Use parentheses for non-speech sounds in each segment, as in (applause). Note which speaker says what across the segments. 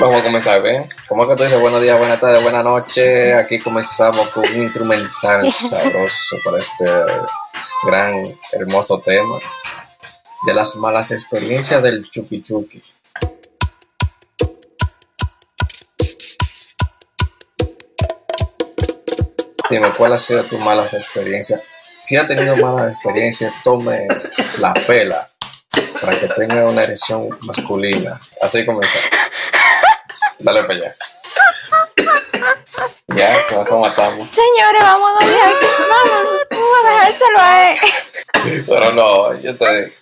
Speaker 1: Vamos a comenzar, ¿ves? ¿Cómo es que tú dices buenos días, buenas tardes, buenas noches? Aquí comenzamos con un instrumental sabroso para este gran, hermoso tema de las malas experiencias del chupi chupi. Dime, ¿cuál ha sido tu malas experiencias? Si ha tenido malas experiencias, tome la pela para que tenga una erección masculina. Así comenzamos. Dale para
Speaker 2: (laughs)
Speaker 1: allá. Ya, con eso matamos.
Speaker 3: Señores, vamos a dejar vamos, vamos a dejárselo a él.
Speaker 1: Pero no, yo estoy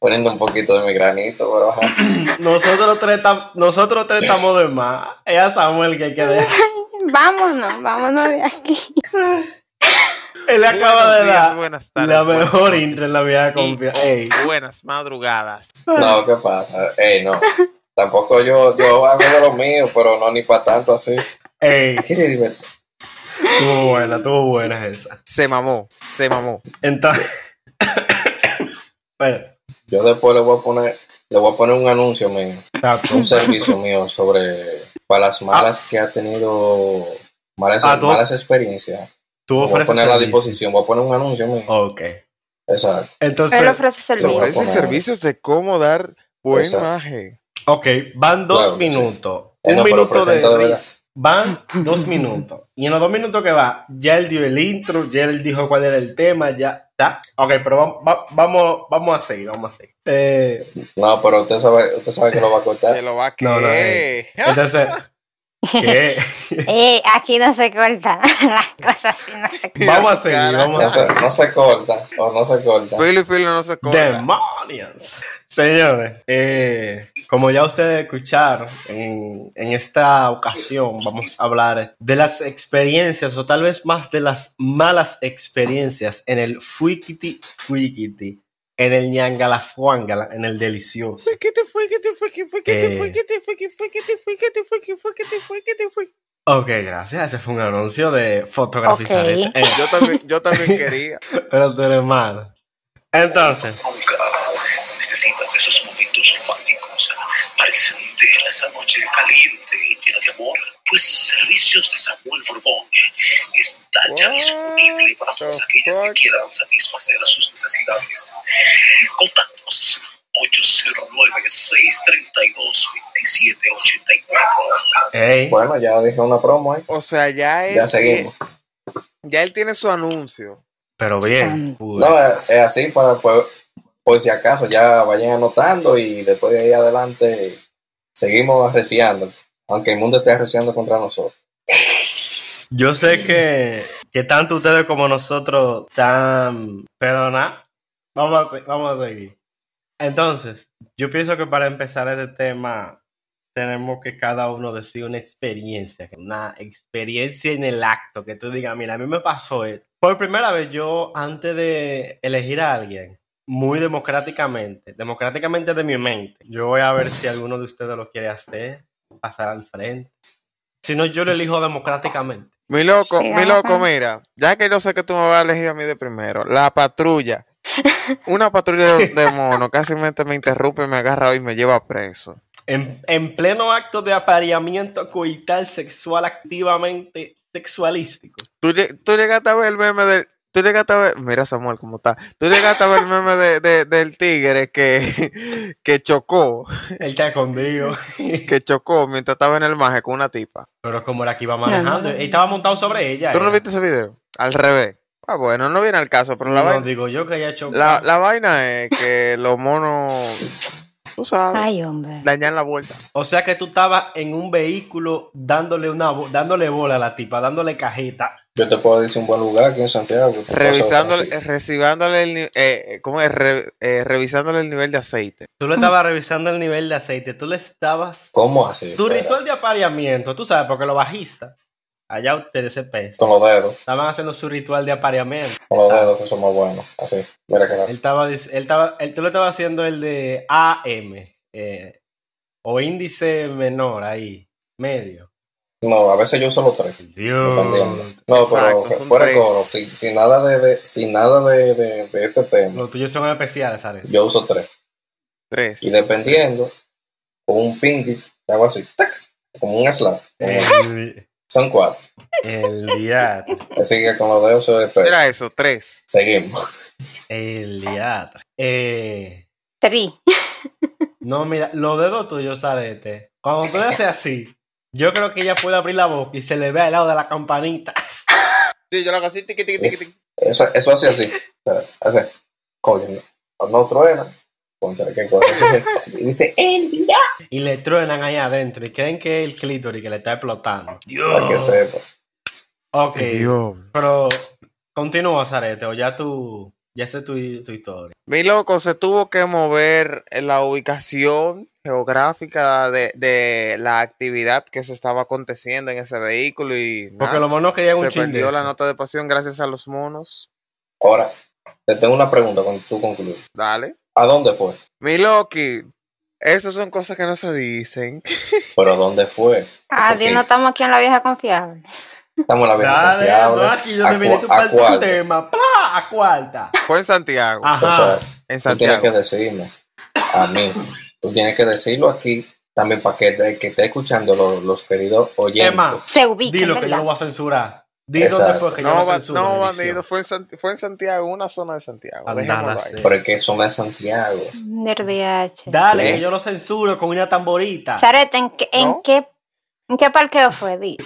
Speaker 1: poniendo un poquito de mi granito, pero ajá.
Speaker 2: Nosotros tres, tam- nosotros tres estamos de más. Es a Samuel que hay que dejar.
Speaker 3: (laughs) Vámonos, vámonos de aquí.
Speaker 2: Él le acaba de
Speaker 4: Buenos días,
Speaker 2: dar
Speaker 4: buenas tardes,
Speaker 2: la
Speaker 4: buenas
Speaker 2: mejor
Speaker 4: noches.
Speaker 2: intro en la vida
Speaker 4: Y
Speaker 2: confianza. Ey,
Speaker 4: Buenas madrugadas.
Speaker 1: No, ¿qué pasa? Ey, no. Tampoco yo, yo hago de lo mío, pero no ni para tanto así.
Speaker 2: ey,
Speaker 1: ¿Qué le digo?
Speaker 2: estuvo buena, estuvo buena esa.
Speaker 4: Se mamó, se mamó.
Speaker 2: Entonces, (coughs) espera,
Speaker 1: Yo después le voy a poner, le voy a poner un anuncio mío,
Speaker 2: exacto.
Speaker 1: un
Speaker 2: (laughs)
Speaker 1: servicio mío sobre para las malas que ha tenido malas,
Speaker 2: Ah, tú-
Speaker 1: malas experiencias.
Speaker 2: Tú
Speaker 1: Voy a
Speaker 2: ofreces
Speaker 1: poner a la
Speaker 2: servicio.
Speaker 1: disposición, voy a poner un anuncio mío.
Speaker 2: Ok.
Speaker 1: Exacto.
Speaker 3: Él
Speaker 2: Entonces,
Speaker 3: ofrece
Speaker 1: Se
Speaker 3: servicio.
Speaker 1: voy a
Speaker 4: Ofrecen
Speaker 1: poner-
Speaker 4: servicios de cómo dar buen
Speaker 1: Exacto.
Speaker 4: maje.
Speaker 2: ok, van dos
Speaker 1: Claro que sí.
Speaker 2: minutos.
Speaker 1: Eh,
Speaker 2: Un
Speaker 1: no, pero
Speaker 2: minuto
Speaker 1: presenta
Speaker 2: de
Speaker 1: de verdad.
Speaker 2: risa. Van dos minutos. Y en los dos minutos que va, ya él dio el intro, ya él dijo cuál era el tema, ya está. Ok, pero vam- va- vamos, vamos a seguir, vamos a seguir. Eh,
Speaker 1: No, pero usted sabe, usted sabe que lo va a
Speaker 4: Te
Speaker 1: cortar.
Speaker 4: lo va a
Speaker 2: No, no,
Speaker 4: creer.
Speaker 2: entonces, ¿qué?
Speaker 3: Eh, aquí no se cortan (laughs) las cosas así no se cortan.
Speaker 2: Vamos a
Speaker 4: su
Speaker 2: seguir,
Speaker 4: cara.
Speaker 2: vamos
Speaker 1: No
Speaker 2: a
Speaker 1: se,
Speaker 2: seguir.
Speaker 1: no se corta, o no se corta.
Speaker 4: (laughs) Filo y filo no se corta.
Speaker 2: Demonios. Señores, eh, como ya ustedes escucharon, en, en esta ocasión vamos a hablar de las experiencias o tal vez más de las malas experiencias en el fuikiti fuikiti, en el ñangala fuangala, en el delicioso.
Speaker 4: Fue que te fue, que te fue, que fue, que te fue,
Speaker 2: Eh.
Speaker 4: que te fue, que fue, que te fue, que te fue, que fue, que te fue, que te fue.
Speaker 2: Ok, gracias. Ese fue un anuncio de fotografía.
Speaker 3: Ok.
Speaker 4: Yo también, yo también quería.
Speaker 2: pero tú eres malo. Entonces,
Speaker 5: Necesitas de esos momentos románticos para encender esa noche caliente y llena de amor. Pues Servicios de Samuel Borbón está
Speaker 4: (laughs)
Speaker 5: ya
Speaker 4: What
Speaker 5: disponible para todas
Speaker 4: the
Speaker 5: aquellas que
Speaker 4: fuck?
Speaker 5: quieran satisfacer sus necesidades. Contactos 809-632-2784.
Speaker 2: hey,
Speaker 1: Bueno, ya dije una promo ahí.
Speaker 4: O sea, ya él,
Speaker 1: Ya seguimos.
Speaker 4: ya él tiene su anuncio.
Speaker 2: pero bien.
Speaker 1: No, es es así para pues, por si acaso ya vayan anotando y después de ahí adelante seguimos arreciando, aunque el mundo esté arreciando contra nosotros.
Speaker 2: Yo sé que, que tanto ustedes como nosotros están... Pero nada, vamos a, se- vamos a seguir. Entonces, yo pienso que para empezar este tema tenemos que cada uno decir una experiencia, una experiencia en el acto, que tú digas, mira, a mí me pasó esto. Por primera vez yo, antes de elegir a alguien, muy democráticamente, democráticamente de mi mente, yo voy a ver si alguno de ustedes lo quiere hacer, pasar al frente. Si no, yo lo elijo democráticamente.
Speaker 4: Mi loco,
Speaker 3: Sí,
Speaker 4: mi
Speaker 3: vamos para-
Speaker 4: loco, mira, ya que yo sé que tú me vas a elegir a mí de primero,
Speaker 3: (laughs)
Speaker 4: la patrulla. Una patrulla de- de mono casi me me interrumpe, me agarra y me lleva preso.
Speaker 2: En, en pleno acto de apareamiento coital sexual activamente
Speaker 4: (laughs)
Speaker 2: sexualístico.
Speaker 4: Tú, lle- tú llegaste a ver el meme del. Tú llegaste a ver. Mira, Samuel, cómo está. Tú llegaste a ver el meme de- de- del tigre que, (laughs) que chocó.
Speaker 2: Él está escondido.
Speaker 4: Que chocó mientras estaba en el maje con una tipa.
Speaker 2: Pero como era que iba manejando, él estaba montado sobre ella.
Speaker 4: ¿Tú no
Speaker 2: eh.
Speaker 4: viste ese video? Al revés. Ah, bueno, no viene al caso, pero la,
Speaker 2: No,
Speaker 4: vaina,
Speaker 2: digo yo que haya hecho.
Speaker 4: la, la vaina es que los monos. Tú sabes.
Speaker 3: Ay, hombre.
Speaker 4: Dañan la vuelta.
Speaker 2: O sea que tú estabas en un vehículo dándole una bo- dándole bola a la tipa, dándole cajeta.
Speaker 1: Yo te puedo decir un buen lugar aquí en Santiago. tú puedes
Speaker 4: Revisándole,
Speaker 1: saber.
Speaker 4: eh, recibiándole el, ni- eh, ¿cómo es? Re- eh, revisándole el nivel de aceite.
Speaker 2: Tú le estabas revisando el nivel de aceite, tú le estabas
Speaker 1: ¿Cómo así?
Speaker 2: tu
Speaker 1: Espera,
Speaker 2: ritual de apareamiento, tú sabes, porque los bajistas allá ustedes se pesan.
Speaker 1: Con los dedos,
Speaker 2: Estaban haciendo su ritual de apareamiento.
Speaker 1: con los
Speaker 2: Exacto.
Speaker 1: dedos que somos buenos. Así, mira que no.
Speaker 2: Él estaba, dic- él estaba, él, tú le estabas haciendo el de AM, eh, o índice menor ahí, medio.
Speaker 1: No, a veces yo uso los tres.
Speaker 2: Dios.
Speaker 1: dependiendo. No,
Speaker 4: Exacto,
Speaker 1: pero
Speaker 4: son
Speaker 1: fuera de
Speaker 4: tres.
Speaker 1: coro, sin, sin nada de, de- sin nada de, de- de este tema,
Speaker 2: Los tuyos son especiales, Ares.
Speaker 1: yo uso tres.
Speaker 4: Tres.
Speaker 1: Y dependiendo, con un pinky, hago así, tac, como un slap. como-
Speaker 2: El,
Speaker 1: Son cuatro.
Speaker 2: el diatre.
Speaker 1: Así que con los dedos se despega.
Speaker 4: Era eso, tres.
Speaker 1: Seguimos.
Speaker 2: El diatre. Eh,
Speaker 3: Tri.
Speaker 2: no, mira, los dedos tuyos, Sarete. Cuando tú le haces así, yo creo que ella puede abrir la boca y se le ve al lado de la campanita.
Speaker 4: Sí, yo lo hago así, tiqui, tiqui, tiqui, tiqui.
Speaker 1: Eso, eso hace así. Espérate, hace. Coño, no, no truena. Contra qué cosa. Y dice, "Eh", ¡El día!
Speaker 2: Y le truenan ahí adentro y creen que es el clítoris que le está explotando.
Speaker 1: Para que sepa.
Speaker 2: Ok,
Speaker 4: Dios.
Speaker 2: pero continúa, Sarete, o ya tú, ya sé tu, tu historia.
Speaker 4: Mi loco se tuvo que mover en la ubicación geográfica de, de la actividad que se estaba aconteciendo en ese vehículo y nada,
Speaker 2: Porque los monos querían un
Speaker 4: se
Speaker 2: chin de
Speaker 4: perdió la
Speaker 2: eso.
Speaker 4: nota de pasión gracias a los monos.
Speaker 1: Ahora, te tengo una pregunta con tu concluir.
Speaker 4: Dale.
Speaker 1: ¿A dónde fue?
Speaker 4: Mi Loki, esas son cosas que no se dicen. (laughs)
Speaker 1: Pero ¿dónde fue?
Speaker 3: Ah,
Speaker 1: Ok.
Speaker 3: Dios, no estamos aquí en la vieja confiable.
Speaker 1: Estamos en la vida
Speaker 2: Dale,
Speaker 1: confiable.
Speaker 4: ¿eh?
Speaker 2: ando aquí, yo
Speaker 1: ¿A
Speaker 2: te vine
Speaker 1: cua-
Speaker 2: tu
Speaker 1: a
Speaker 2: parte
Speaker 1: cuál?
Speaker 2: del tema. ¡Pla! A cuarta.
Speaker 4: Fue en Santiago.
Speaker 2: Ajá.
Speaker 1: O sea,
Speaker 4: En
Speaker 1: tú tienes que
Speaker 4: Santiago.
Speaker 1: decirme a mí. Tú tienes que decirlo aquí también para que, el que esté escuchando los, los queridos oyentes.
Speaker 2: Emma.
Speaker 3: Se ubica,
Speaker 2: Dilo que yo
Speaker 3: ¿verdad?
Speaker 2: lo voy a censurar. Dilo
Speaker 1: Exacto.
Speaker 2: dónde fue que yo
Speaker 4: No,
Speaker 2: lo
Speaker 4: ba-
Speaker 2: censuro.
Speaker 4: no,
Speaker 2: edición.
Speaker 4: bandido, fue en, San- fue en Santiago, una zona de Santiago.
Speaker 2: Andala,
Speaker 4: dejémoslo ahí.
Speaker 2: sí.
Speaker 1: Pero es que son de Santiago.
Speaker 3: Nerdiache.
Speaker 2: Dale,
Speaker 1: ¿Eh?
Speaker 2: que yo lo censuro con una tamborita.
Speaker 3: Charete, ¿en qué, en
Speaker 4: ¿No?
Speaker 3: qué, en qué parqueo fue? Di.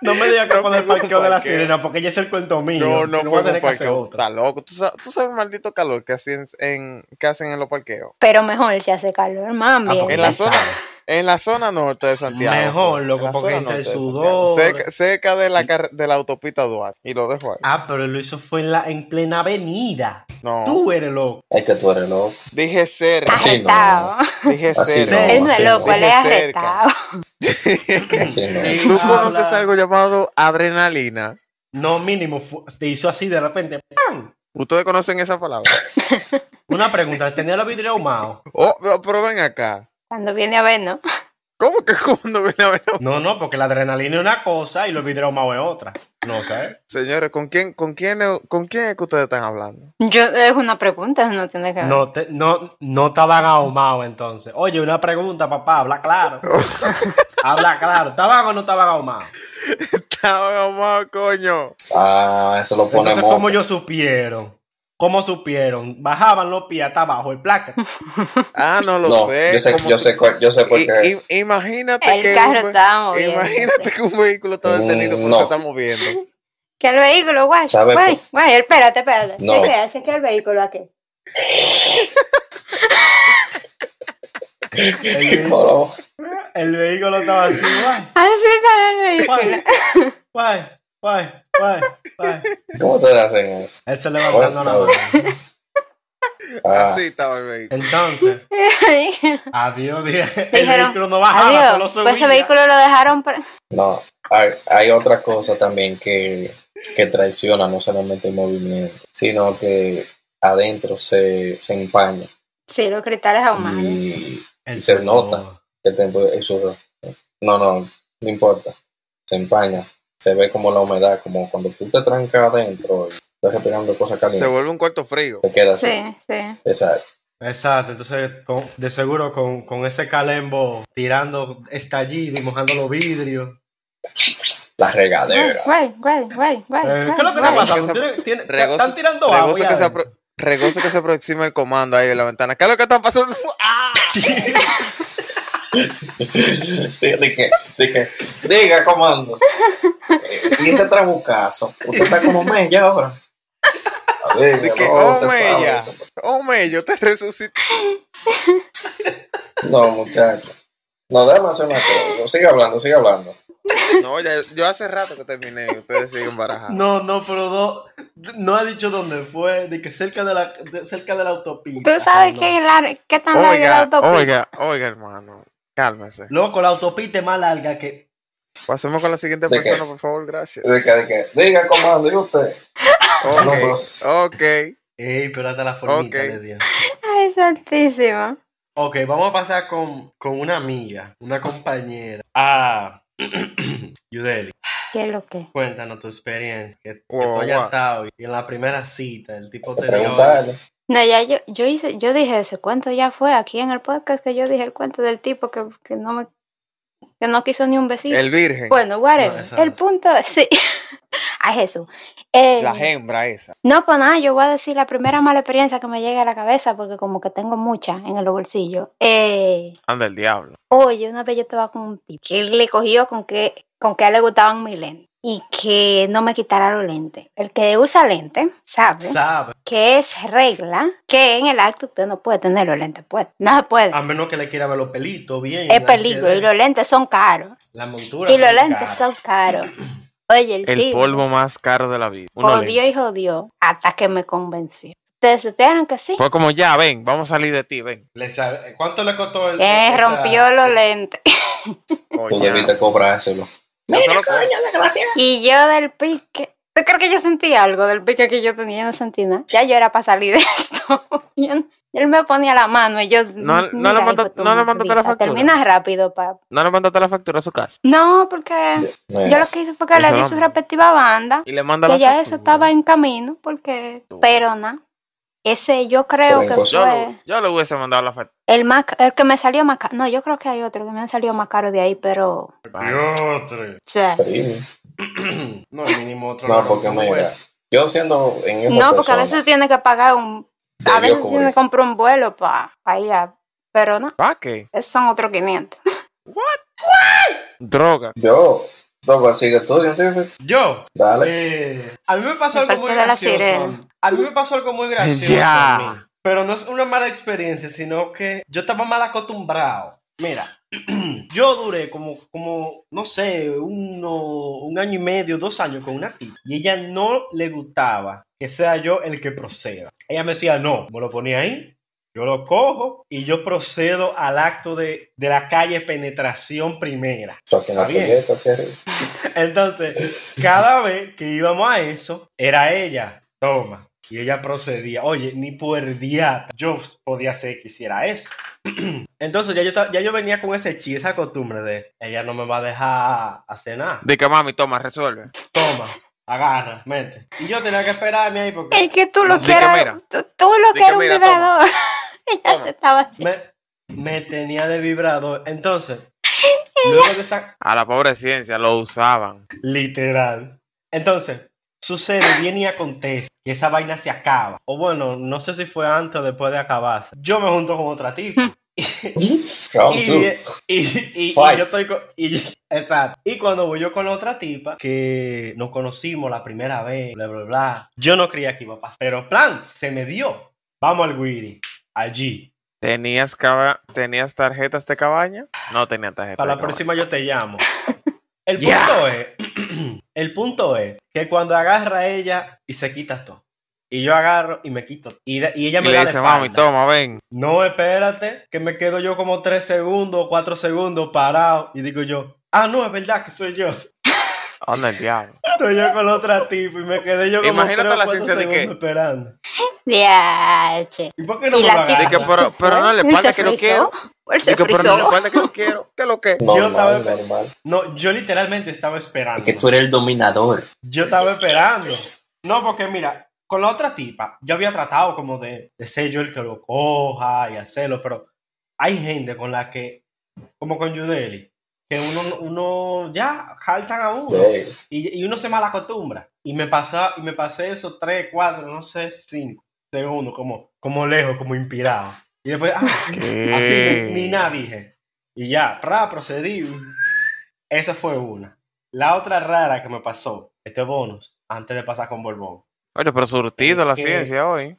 Speaker 2: No me digas que
Speaker 4: (laughs) No
Speaker 2: fue en el
Speaker 4: fue un
Speaker 2: parqueo de la
Speaker 4: parqueo.
Speaker 2: sirena, porque ella es el cuento mío.
Speaker 4: No, no
Speaker 2: Yo voy a
Speaker 4: fue en
Speaker 2: tener
Speaker 4: un
Speaker 2: que hacer
Speaker 4: parqueo.
Speaker 2: otro.
Speaker 4: Está loco. ¿Tú sa- tú sabes, el maldito calor que hacen, en, que hacen en los parqueos.
Speaker 3: Pero mejor si hace calor,
Speaker 2: Ah,
Speaker 3: mami.
Speaker 2: porque
Speaker 4: En la
Speaker 2: él
Speaker 4: zona-
Speaker 2: sabe.
Speaker 4: En la zona norte de Santiago.
Speaker 2: Mejor,
Speaker 4: En
Speaker 2: loco,
Speaker 4: la
Speaker 2: porque
Speaker 4: zona
Speaker 2: entre el
Speaker 4: norte de
Speaker 2: sudor.
Speaker 4: Santiago. Cerca, cerca de, la carre- de la autopista Duarte. Y lo dejo ahí.
Speaker 2: Ah, pero lo hizo fue en, la, en plena avenida.
Speaker 4: No.
Speaker 2: Tú eres loco.
Speaker 1: Es que tú eres loco.
Speaker 4: Dije
Speaker 3: Está
Speaker 4: cerca.
Speaker 1: Así no.
Speaker 3: arretado.
Speaker 4: Dije
Speaker 1: Así
Speaker 4: cerca.
Speaker 1: no.
Speaker 3: (laughs) Él no es
Speaker 1: así
Speaker 3: loco,
Speaker 1: no.
Speaker 3: él es
Speaker 4: Dije cerca.
Speaker 3: arretado.
Speaker 1: Así no.
Speaker 2: (laughs) Sí.
Speaker 4: ¿Tú
Speaker 2: Habla.
Speaker 4: conoces algo llamado adrenalina?
Speaker 2: No, mínimo, fu- te hizo así de repente. ¡pam!
Speaker 4: ¿Ustedes conocen esa palabra?
Speaker 2: Una pregunta, ¿él tenía los vidrios ahumados?
Speaker 4: Oh, pero- pero ven acá.
Speaker 3: Cuando viene a ver, ¿no?
Speaker 4: ¿Cómo que cuando ven a ver? a-
Speaker 2: No, no, porque la adrenalina es una cosa y los vidrios ahumados es otra. No sé.
Speaker 4: Señores, ¿con quién, con, quién, ¿con quién es que ustedes están hablando? (laughs)
Speaker 3: Yo, es una pregunta, no tiene que ver.
Speaker 2: No, te- no, no estaban ahumados entonces. Oye, una pregunta, papá, habla claro. habla claro. ¿Estaban o no estaban ahumados?
Speaker 4: Estaba mamá, coño.
Speaker 1: Ah, eso lo
Speaker 2: Entonces,
Speaker 1: ponemos.
Speaker 2: ¿cómo ellos supieron? ¿Cómo supieron? Bajaban los pies hasta abajo el placa.
Speaker 4: Ah, no lo
Speaker 1: No,
Speaker 4: sé.
Speaker 1: yo sé,
Speaker 4: como
Speaker 1: yo
Speaker 4: tú-
Speaker 1: sé, cuál- yo sé por
Speaker 4: I-
Speaker 1: qué.
Speaker 4: i- imagínate
Speaker 3: El
Speaker 4: que un
Speaker 3: carro
Speaker 4: ve-
Speaker 3: estaba moviendo.
Speaker 4: pues, imagínate que un vehículo está detenido
Speaker 1: Mm,
Speaker 4: porque
Speaker 1: no.
Speaker 4: se está moviendo.
Speaker 3: Que el vehículo, guay,
Speaker 1: ¿Sabe
Speaker 3: guay,
Speaker 1: por-
Speaker 3: guay, espérate, espérate.
Speaker 1: No.
Speaker 3: Chequea, chequea el vehículo aquí.
Speaker 2: El, ve-
Speaker 1: Colo-
Speaker 2: el vehículo estaba así, guay,
Speaker 3: Así está el vehículo.
Speaker 2: guay, guay, guay, guay, guay.
Speaker 1: ¿Cómo te hacen eso?
Speaker 2: Él se levantando la mano.
Speaker 1: Ah,
Speaker 4: Así estaba el vehículo.
Speaker 2: Entonces,
Speaker 3: (laughs)
Speaker 2: adiós, dije. El
Speaker 3: Dijeron,
Speaker 2: vehículo no bajaba, solo
Speaker 3: Adiós.
Speaker 2: subía.
Speaker 3: Pues ese vehículo lo dejaron para.
Speaker 1: no, hay, hay otra cosa también que, que traiciona no solamente el movimiento, sino que adentro se, se empaña
Speaker 3: Sí, los cristales
Speaker 1: Mm,
Speaker 3: ahumados.
Speaker 1: y
Speaker 2: El
Speaker 1: se
Speaker 2: sudor.
Speaker 1: nota. que te empue- el sudor. No, no, no importa. Se empaña. Se ve como la humedad, como cuando tú te trancas adentro y estás respirando cosas
Speaker 4: Se
Speaker 1: calientes.
Speaker 4: vuelve un cuarto frío.
Speaker 1: Te queda así.
Speaker 3: Sí, sí.
Speaker 1: Exacto.
Speaker 2: Exacto, entonces con- de seguro con, con ese calembo tirando estallido y mojando los vidrios.
Speaker 1: La
Speaker 3: Guay,
Speaker 1: regadera. (laughs)
Speaker 3: guay, guay, guay, guay.
Speaker 2: Eh, ¿Qué es lo que te
Speaker 3: guay.
Speaker 2: pasa?
Speaker 4: Regoso que se-
Speaker 2: ¿Tiene- tiene-
Speaker 4: regoso-
Speaker 2: Están tirando agua.
Speaker 4: Regoso que, se
Speaker 2: adentro?
Speaker 4: apro- regoso que se aproxima el comando ahí en la ventana. ¿Qué es lo que está
Speaker 1: (laughs)
Speaker 4: pasando? ¡Ah!
Speaker 1: De- de que- de que, diga, comando. Eh, Y ese trabucazo. Usted está como mella
Speaker 4: (laughs)
Speaker 1: ahora. A ver,
Speaker 4: De que,
Speaker 1: no,
Speaker 4: oh,
Speaker 1: usted sabe
Speaker 4: mella.
Speaker 1: eso.
Speaker 4: Oh, mello, te resucité.
Speaker 1: No, muchacho. No, déjame hacer una cosa. Sigue hablando, sigue hablando.
Speaker 4: No, ya, yo hace rato que terminé y ustedes siguen barajando.
Speaker 2: No, no, pero no, no ha dicho dónde fue, de que cerca de la, de- cerca de la autopista.
Speaker 3: Tú sabes
Speaker 2: No.
Speaker 3: qué, lar- qué
Speaker 1: Oh
Speaker 3: tan larga es la
Speaker 4: Oiga,
Speaker 3: autopista.
Speaker 4: oiga, oiga, hermano. Cálmese.
Speaker 2: Loco, la autopista es más larga que.
Speaker 4: Pasemos con la siguiente
Speaker 1: ¿De qué?
Speaker 4: persona, por favor, gracias.
Speaker 1: De que, de que, diga, comando, y usted. No,
Speaker 4: Ok,
Speaker 1: pues,
Speaker 4: ok.
Speaker 2: Ey, pero hasta la formita
Speaker 4: Ok.
Speaker 2: de Dios.
Speaker 3: Ay, santísimo.
Speaker 2: Ok, vamos a pasar con, con una amiga, una compañera. Ah, (clears throat) Yudeli,
Speaker 3: ¿Qué es lo que?
Speaker 2: cuéntanos tu experiencia. Que, que
Speaker 4: Wow,
Speaker 2: tú hayas
Speaker 4: wow.
Speaker 2: estado y en la primera cita el tipo te dio.
Speaker 1: Preguntarle.
Speaker 3: No, ya yo, yo hice, yo dije ese cuento ya fue aquí en el podcast que yo dije el cuento del tipo que, que no me que no quiso ni un besito.
Speaker 4: El virgen.
Speaker 3: Bueno, whatever.
Speaker 2: No, esa
Speaker 3: el
Speaker 2: no.
Speaker 3: punto es, sí. (laughs) Ay, Jesús. Eh,
Speaker 4: La hembra esa.
Speaker 3: no, pues nada, yo voy a decir la primera mala experiencia que me llegue a la cabeza, porque como que tengo muchas en el bolsillo. Eh,
Speaker 4: Anda el diablo.
Speaker 3: Oye, una vez yo estaba con un tipo que él le cogió con que, con que a él le gustaban mis lentes y que no me quitara los lentes. El que usa lentes sabe
Speaker 2: Sabe.
Speaker 3: que es regla que en el acto usted no puede tener los lentes puestos. No se puede.
Speaker 2: A menos que le quiera ver los pelitos bien.
Speaker 3: es
Speaker 2: la
Speaker 3: peligro y
Speaker 2: ansiedad,
Speaker 3: los lentes son caros.
Speaker 2: La montura.
Speaker 3: Y los
Speaker 2: son
Speaker 3: lentes
Speaker 2: caras.
Speaker 3: son caros. Oye, el,
Speaker 4: El
Speaker 3: tipo
Speaker 4: polvo más caro de la vida. Uno
Speaker 3: jodió y jodió hasta que me convenció. ¿Ustedes supieron que sí?
Speaker 4: Fue como ya, ven, vamos a salir de ti, ven.
Speaker 2: Le sale- ¿Cuánto le costó el.?
Speaker 3: Que me
Speaker 2: esa-
Speaker 3: Eh, rompió los lentes. (laughs)
Speaker 1: Tú
Speaker 4: Coño.
Speaker 1: debiste cobrárselo.
Speaker 4: Yo solo cojo.
Speaker 3: Y yo del pique. ¿Tú crees que yo sentí algo del pique que yo tenía? Yo No sentí nada. Ya yo era para salir de (laughs) esto. Yo no- él me ponía la mano y yo.
Speaker 4: No- no le
Speaker 3: mira,
Speaker 4: manda-
Speaker 3: hijo de tu
Speaker 4: no le
Speaker 3: madre,
Speaker 4: mandaste la
Speaker 3: grita,
Speaker 4: factura.
Speaker 3: Termina rápido, papá.
Speaker 4: No le mandaste la factura a su casa.
Speaker 3: No, porque
Speaker 1: Eh,
Speaker 3: yo lo que hice fue que
Speaker 4: Eso
Speaker 3: le di
Speaker 4: no.
Speaker 3: su respectiva banda.
Speaker 4: Y le manda la
Speaker 3: Que ya
Speaker 4: factura.
Speaker 3: eso estaba en camino, porque.
Speaker 4: Tú.
Speaker 3: Pero nada. Ese yo
Speaker 1: Pero
Speaker 3: creo que
Speaker 1: entonces-
Speaker 4: Yo
Speaker 3: fue
Speaker 4: le, yo le hubiese mandado la factura.
Speaker 3: el, más, ca- el que me salió más caro. No, yo creo que hay otro que me han salido más caro de ahí, pero.
Speaker 2: Dios,
Speaker 3: sí.
Speaker 1: terrible.
Speaker 2: No, mínimo otro.
Speaker 1: No,
Speaker 2: lado,
Speaker 1: porque
Speaker 2: un
Speaker 1: mira,
Speaker 2: hueso.
Speaker 1: yo siendo en esa
Speaker 3: No, porque a
Speaker 1: persona,
Speaker 3: veces tiene que pagar un. A
Speaker 1: debió
Speaker 3: veces
Speaker 1: cubrir.
Speaker 3: tiene que comprar un vuelo para ir a. Pero no,
Speaker 4: ¿Para qué?
Speaker 3: esos son otros (laughs) 500.
Speaker 4: Droga.
Speaker 1: Yo, no, así que tú, científico,
Speaker 2: Yo.
Speaker 1: dale.
Speaker 2: eh, a mí me pasó
Speaker 3: Me
Speaker 2: algo muy
Speaker 3: faltó la
Speaker 2: gracioso.
Speaker 3: sirena.
Speaker 2: A mí me pasó algo muy gracioso.
Speaker 4: Ya.
Speaker 2: a mí. Pero no es una mala experiencia, sino que yo estaba mal acostumbrado. Mira, (clears throat) yo duré como, como no sé, uno, un año y medio, dos años con una tía. Y ella no le gustaba que sea yo el que proceda. Ella me decía, no, me lo ponía ahí, yo lo cojo y yo procedo al acto de, de la calle penetración primera.
Speaker 1: Eso aquí en la
Speaker 2: Está bien.
Speaker 1: proyecto, terrible.
Speaker 2: Entonces, cada vez que íbamos a eso, era ella, toma. Y ella procedía, oye, ni puerdiata, yo podía ser que hiciera eso. (clears throat) Entonces ya yo, ta- ya yo venía con ese chi, esa costumbre de, ella no me va a dejar hacer nada.
Speaker 4: De que mami, toma, resuelve.
Speaker 2: Toma, agarra, mete. Y yo tenía que esperarme ahí
Speaker 3: El
Speaker 2: porque
Speaker 3: que tú lo
Speaker 4: Di que mira.
Speaker 3: quieras. Tú, tú lo
Speaker 4: Di que
Speaker 3: que era un
Speaker 4: mira,
Speaker 3: vibrador. Ella
Speaker 4: Toma.
Speaker 3: se (laughs) estaba así.
Speaker 2: me, me tenía de vibrador. Entonces, luego de esa,
Speaker 4: A la pobre ciencia lo usaban.
Speaker 2: Literal. Entonces, sucede, viene y acontece que esa vaina se acaba. O bueno, no sé si fue antes o después de acabarse. Yo me junto con otra tipa.
Speaker 1: Round
Speaker 2: Y,
Speaker 1: two.
Speaker 2: y- y- y
Speaker 1: Oh, Fight.
Speaker 2: yo estoy con- y- exacto. Y cuando voy yo con la otra tipa, que nos conocimos la primera vez, bla, bla, bla. Yo no creía que iba a pasar. Pero plan, se me dio. Vamos al Wiri. Allí.
Speaker 4: ¿Tenías, caba- ¿Tenías tarjetas de cabaña? No tenía tarjetas.
Speaker 2: Para
Speaker 4: de
Speaker 2: la
Speaker 4: cabaña.
Speaker 2: próxima yo te
Speaker 4: (laughs)
Speaker 2: llamo. El punto
Speaker 4: Ya.
Speaker 2: es, (clears throat) el punto es que cuando agarra ella y se quita todo. Y yo agarro y me quito. Y, da- y ella me
Speaker 4: Y le
Speaker 2: da la
Speaker 4: dice, mami,
Speaker 2: espalda.
Speaker 4: toma, ven.
Speaker 2: No, espérate, que me quedo yo como tres segundos, cuatro segundos parado. Y digo yo, ah, no, es verdad que soy yo. (laughs)
Speaker 4: Anda el diablo.
Speaker 2: Estoy yo con la otra tipo y me quedé yo como
Speaker 4: Imagínate
Speaker 2: tres o
Speaker 4: la
Speaker 2: cuatro
Speaker 4: ciencia de que-
Speaker 2: segundos esperando.
Speaker 3: Diache.
Speaker 2: ¿Y por qué no
Speaker 3: Y
Speaker 2: me
Speaker 3: la
Speaker 2: lo
Speaker 3: tipa-
Speaker 4: De que,
Speaker 2: agarra?
Speaker 4: pero, pero no le
Speaker 3: Él
Speaker 4: espalda
Speaker 3: se
Speaker 4: que no
Speaker 3: frizó.
Speaker 4: quiero.
Speaker 3: Él
Speaker 4: De
Speaker 3: se
Speaker 4: que, pero no le
Speaker 3: frizó.
Speaker 4: espalda que no quiero. ¿Qué es lo que?
Speaker 1: Normal,
Speaker 2: estaba-
Speaker 1: normal.
Speaker 2: No, yo literalmente estaba esperando.
Speaker 1: eres el dominador.
Speaker 2: Yo estaba esperando. No, porque mira, con la otra tipa, yo había tratado como de, de ser yo el que lo coja y hacerlo, pero hay gente con la que, como con Yudeli, que uno, uno ya jaltan a uno
Speaker 1: Sí.
Speaker 2: y, y uno se malacostumbra. Y me, pasa, y me pasé esos tres, cuatro, no sé, cinco segundos, como, como lejos, como inspirado. Y después, ah, así
Speaker 1: Eh.
Speaker 2: ni, ni nada dije. Y ya, pra, procedí. Esa fue una. La otra rara que me pasó, este bonus, antes de pasar con Borbón.
Speaker 4: Oye, pero surtido la
Speaker 2: Que-
Speaker 4: ciencia hoy.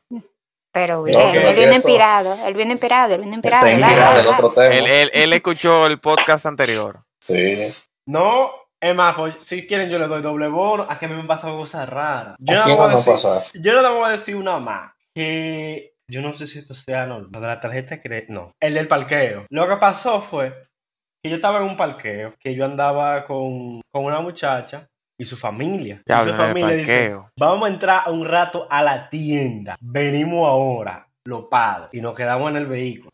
Speaker 3: Pero
Speaker 1: que
Speaker 3: bien,
Speaker 1: lo
Speaker 3: él
Speaker 1: tiene
Speaker 3: viene
Speaker 1: todo.
Speaker 3: inspirado. Él viene inspirado. Él viene inspirado.
Speaker 1: Está
Speaker 3: dale,
Speaker 1: inspirado
Speaker 3: dale,
Speaker 1: del otro
Speaker 4: Él,
Speaker 1: tema.
Speaker 4: él, él escuchó el podcast anterior.
Speaker 1: Sí.
Speaker 2: No, es más, pues, si quieren yo le doy doble bono. A que a mí me pasan cosas raras. Yo
Speaker 1: ¿A
Speaker 2: no, le
Speaker 1: quién
Speaker 2: voy a
Speaker 1: no
Speaker 2: decir,
Speaker 1: pasa?
Speaker 2: yo no le voy a decir una más. Que yo no sé si esto sea normal. Lo de la tarjeta de crédito, no. El del parqueo. Lo que pasó fue que yo estaba en un parqueo, que yo andaba con, con una muchacha y su familia.
Speaker 4: Ya
Speaker 2: y su
Speaker 4: hablan del
Speaker 2: familia dice,
Speaker 4: parqueo.
Speaker 2: Vamos a entrar un rato a la tienda. Venimos ahora, los padres, y nos quedamos en el vehículo.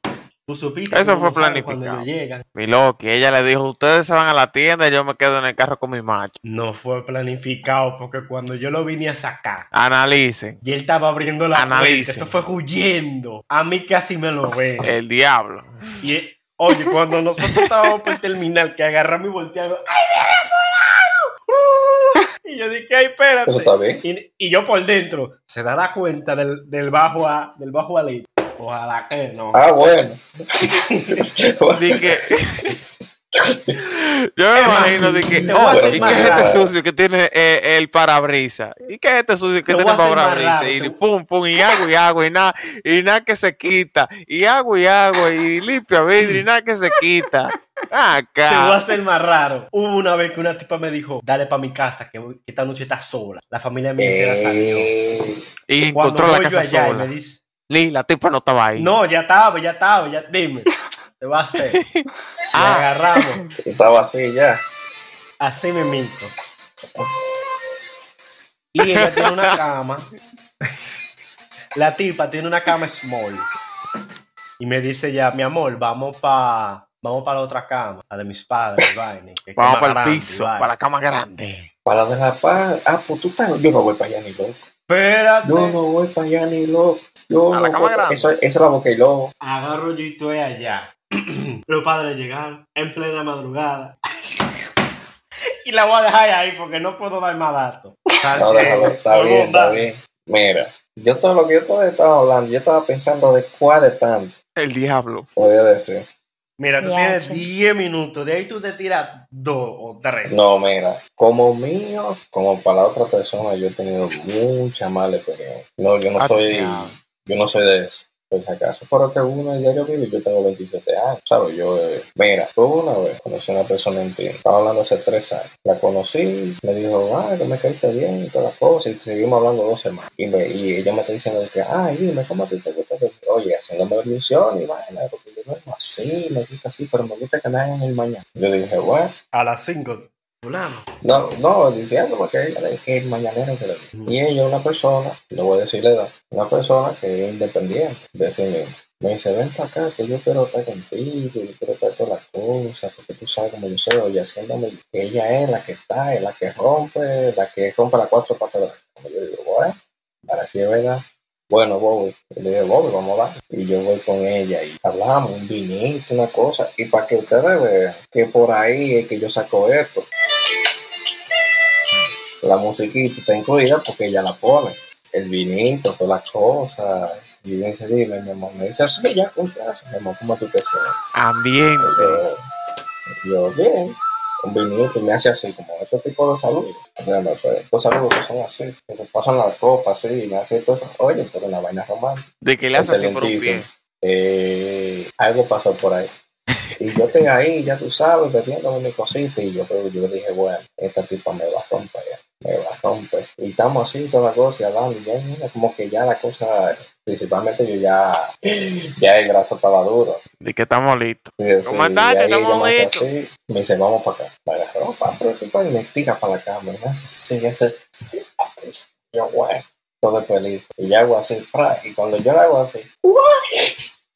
Speaker 2: Tú supiste.
Speaker 4: Eso
Speaker 2: cómo
Speaker 4: fue
Speaker 2: saben
Speaker 4: planificado.
Speaker 2: Cuando ellos llegan.
Speaker 4: Mi Loki, ella le dijo, ustedes se van a la tienda y yo me quedo en el carro con mi macho.
Speaker 2: No fue planificado, porque cuando yo lo vine a sacar,
Speaker 4: Analicen.
Speaker 2: y él estaba abriendo la
Speaker 4: Analicen.
Speaker 2: puerta, eso fue huyendo. A mí casi me lo ve.
Speaker 4: El diablo.
Speaker 2: Y, Oye, cuando nosotros estábamos por el terminal, que agarramos y volteamos. ¡Ay, viene fulano! Uh, Y yo dije, ay, espérate.
Speaker 1: Eso está bien.
Speaker 2: Y, y yo por dentro, se dará cuenta del, del bajo a del bajo a ley. Ojalá que no.
Speaker 1: Ah, bueno. (laughs)
Speaker 2: (laughs)
Speaker 4: Di que- Yo me imagino de que,
Speaker 2: Te voy a
Speaker 4: oh,
Speaker 1: hacer
Speaker 4: ¿y
Speaker 1: más
Speaker 4: qué es este
Speaker 1: raro.
Speaker 4: sucio que tiene eh, el parabrisas? ¿Y qué es este sucio
Speaker 2: Te
Speaker 4: que
Speaker 2: voy
Speaker 4: tiene
Speaker 2: a
Speaker 4: el
Speaker 2: hacer más
Speaker 4: parabrisas?
Speaker 2: raro,
Speaker 4: Y
Speaker 2: te-
Speaker 4: pum, pum, y agua, y agua, y nada, y nada que se quita, y agua, y agua, y limpia vidrio, y nada que se quita.
Speaker 2: Te voy a
Speaker 4: Acá.
Speaker 2: hacer más raro. Hubo una vez que una tipa me dijo, dale para mi casa, que, que esta noche está sola. La familia mía entera salió.
Speaker 1: Eh,
Speaker 4: Y
Speaker 2: Cuando
Speaker 4: encontró
Speaker 2: voy
Speaker 4: la
Speaker 2: yo
Speaker 4: casa
Speaker 2: allá y
Speaker 4: sola.
Speaker 2: me dice,
Speaker 4: Ni la tipa no estaba ahí.
Speaker 2: no, ya estaba, ya estaba, ya,
Speaker 4: (laughs)
Speaker 2: dime, te va a hacer. Y
Speaker 4: Ah.
Speaker 2: agarramos,
Speaker 1: estaba así ya.
Speaker 2: así me minto. Y ella (laughs) tiene una cama, la tipa tiene una cama small. Y me dice ya, mi amor, vamos para vamos pa la otra cama, la de mis padres, vaina, que es
Speaker 4: Vamos
Speaker 2: más
Speaker 4: para el
Speaker 2: grande,
Speaker 4: piso,
Speaker 2: vaina.
Speaker 4: para la cama grande.
Speaker 1: Para de la paz. Ah, pues tú estás. Yo no voy para allá ni loco.
Speaker 2: Espérate.
Speaker 1: Yo no voy para allá ni loco. Yo
Speaker 4: A
Speaker 1: no
Speaker 4: la cama
Speaker 1: voy-
Speaker 4: grande.
Speaker 1: Eso, esa es la boca y lobo.
Speaker 2: Agarro yo y estoy allá. (clears throat) Los padres llegaron en plena madrugada. (laughs) y la voy a dejar ahí porque no puedo dar más datos.
Speaker 4: Ah,
Speaker 1: No, déjalo, está
Speaker 2: Por
Speaker 1: bien, está
Speaker 2: bondad.
Speaker 1: bien. Mira, yo todo lo que yo todo estaba hablando, yo estaba pensando de cuál de tanto,
Speaker 4: El diablo.
Speaker 1: podría decir.
Speaker 2: Mira, tú
Speaker 3: Ya,
Speaker 2: tienes
Speaker 3: sí.
Speaker 2: 10 minutos. De ahí tú te tiras 2 o 3.
Speaker 1: No, mira, como mío, como para la otra persona, yo he tenido mucha mala experiencia. No, yo no
Speaker 4: Ah,
Speaker 1: soy,
Speaker 4: diablo.
Speaker 1: yo no soy de eso. Por si acaso, pero que uno ya yo vivo, yo tengo 27 años, ¿sabes? Yo, eh, mira, tuve una vez, conocí a una persona en Tinder, estaba hablando hace tres años, la conocí, me dijo, ah, que me caíste bien y todas las cosas, y seguimos hablando dos semanas, y, me- y ella me está diciendo que, ay, dime, ¿cómo a ti te gusta? que-?" Oye, haciéndome ilusión y vaina, porque yo no es así, me gusta así, pero me gusta que me hagan el mañana. Yo dije, bueno,
Speaker 2: A las 5. Fulano.
Speaker 1: no, no, diciendo porque ella es que es mañanero que le digo. Y ella es una persona, no voy a decir la edad, una persona que es independiente de sí misma. Me dice, ven para acá, que yo quiero estar contigo, yo quiero estar todas las cosas, porque tú sabes cómo yo soy, oye, haciéndome, que ella es la que está, es la que rompe, la que rompe las cuatro patas de la cama. Yo digo, bueno, para si es verdad. Bueno, Bobby, y le dije, Bobby, vamos a dar. Y yo voy con ella y hablamos un vinito, una cosa. Y para que ustedes vean que por ahí es que yo saco esto la musiquita está incluida porque ella la pone. El vinito, todas las cosas. Y me dice, dime, mi amor, me dice, sí, ya, confianza, mi amor, ¿cómo tú te sientes?
Speaker 4: Ambiente.
Speaker 1: Y Yo, yo, bien. Un vinito y me hace así, como este tipo de saludos. O sea, no, pues, estos saludos que son así, que se pasan la copa así, y me hace todo eso. Oye, pero una vaina romántica.
Speaker 4: De que le hace así por un pie.
Speaker 1: Excelentísimo. Eh, algo pasó por ahí. Y yo estoy ahí, ya tú sabes, bebiendo mi cosita. Y yo, pero yo dije, bueno, esta tipa me va a romper, me va a romper. Y estamos así, toda la cosa, y hablando. Y ya, mira, como que ya la cosa, principalmente yo ya, ya el brazo estaba duro.
Speaker 4: De que estamos listos.
Speaker 1: Y así,
Speaker 4: Comandante,
Speaker 1: y Pues, ahí
Speaker 4: estamos
Speaker 1: ella me hace
Speaker 4: listos.
Speaker 1: así, Me dice, vamos para acá. Me agarró para otro tipo y me tira para la cama. Y me hace así, hace. Yo, güey, todo el peligro. Y yo hago así, pra, y cuando yo la hago así, ¡guau!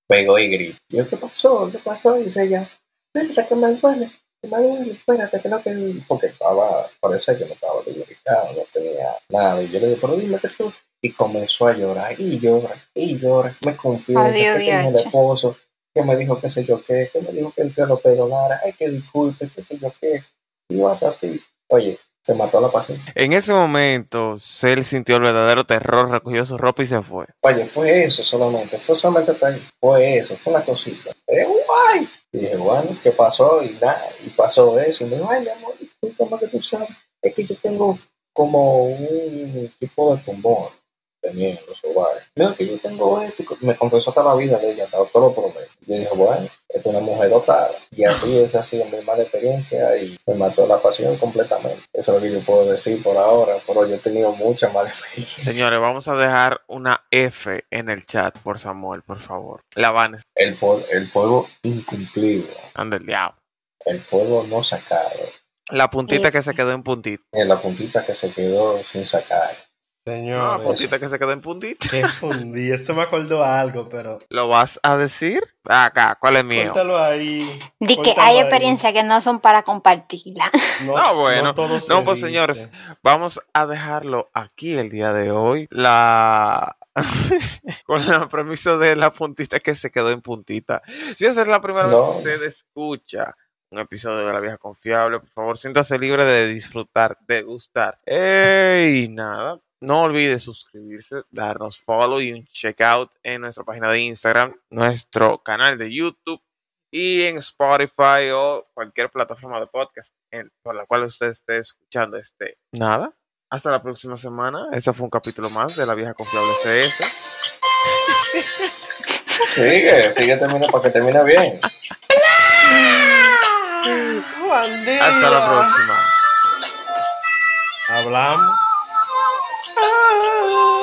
Speaker 1: pegó y grito. Yo, ¿qué pasó? ¿Qué pasó? Y dice ella, espérate que me duele, que me duele, espérate que no que. Porque estaba, parece que no estaba lubricado, no tenía nada. Y yo le digo, pero dime que tú. Y comenzó a llorar, y llora, y llora. Me confiesa
Speaker 3: Adiós,
Speaker 1: que es el
Speaker 3: diache.
Speaker 1: esposo, que me dijo qué sé yo qué, que me dijo que, que lo perdonara, ay, que disculpe, qué sé yo qué. Y yo hasta ti. Oye, se mató la pasión.
Speaker 4: En ese momento, Cell sintió el verdadero terror, recogió su ropa y se fue.
Speaker 1: Oye, fue eso solamente, fue solamente hasta ahí, fue eso, fue una cosita. Eh, guay. Y dije, bueno, ¿qué pasó? Y nada, y pasó eso. Y me dijo, ay, mi amor, discúlpame que tú sabes, es que yo tengo como un tipo de tumor tenía en los ovarios. No, que yo tengo esto, y co- me confesó hasta la vida de ella, hasta todos los problemas. Yo dije, bueno, esta es una mujer dotada. Y así, esa ha sido mi mala experiencia y me mató la pasión completamente. Eso es lo que yo puedo decir por ahora, pero yo he tenido mucha mala experiencia.
Speaker 4: Señores, vamos a dejar una F en el chat por Samuel, por favor. La van
Speaker 1: El, pol- el polvo incumplido,
Speaker 4: anda el diablo.
Speaker 1: el polvo no sacado,
Speaker 4: La puntita que
Speaker 3: F.
Speaker 4: se quedó en puntita.
Speaker 1: eh, la puntita que se quedó sin sacar.
Speaker 4: No, la
Speaker 2: Señor,
Speaker 4: puntita que se quedó en puntita.
Speaker 2: qué fundí. Eso me acordó a algo, pero.
Speaker 4: ¿Lo vas a decir? Acá, ¿cuál es mío?
Speaker 2: Cuéntalo ahí.
Speaker 3: Di que
Speaker 2: cuéntalo
Speaker 3: hay
Speaker 2: ahí.
Speaker 3: experiencias que no son para compartirla.
Speaker 2: No,
Speaker 4: Ah, bueno.
Speaker 2: todo se
Speaker 4: No, pues, (laughs)
Speaker 2: dice.
Speaker 4: señores. Vamos a dejarlo aquí el día de hoy. La (laughs) Con el permiso de la puntita que se quedó en puntita. Si esa es la primera
Speaker 1: No.
Speaker 4: vez que usted escucha un episodio de La Vieja Confiable, por favor, siéntase libre de disfrutar, de gustar. Y nada. No olvide suscribirse, darnos follow y un checkout en nuestra página de Instagram, nuestro canal de YouTube y en Spotify o cualquier plataforma de podcast en- por la cual usted esté escuchando este. Nada. Hasta la próxima semana. Este fue un capítulo más de La Vieja Confiable CS.
Speaker 1: Sigue, sigue termina para que termine bien.
Speaker 4: Hasta la próxima.
Speaker 2: Hablamos.
Speaker 4: próxima.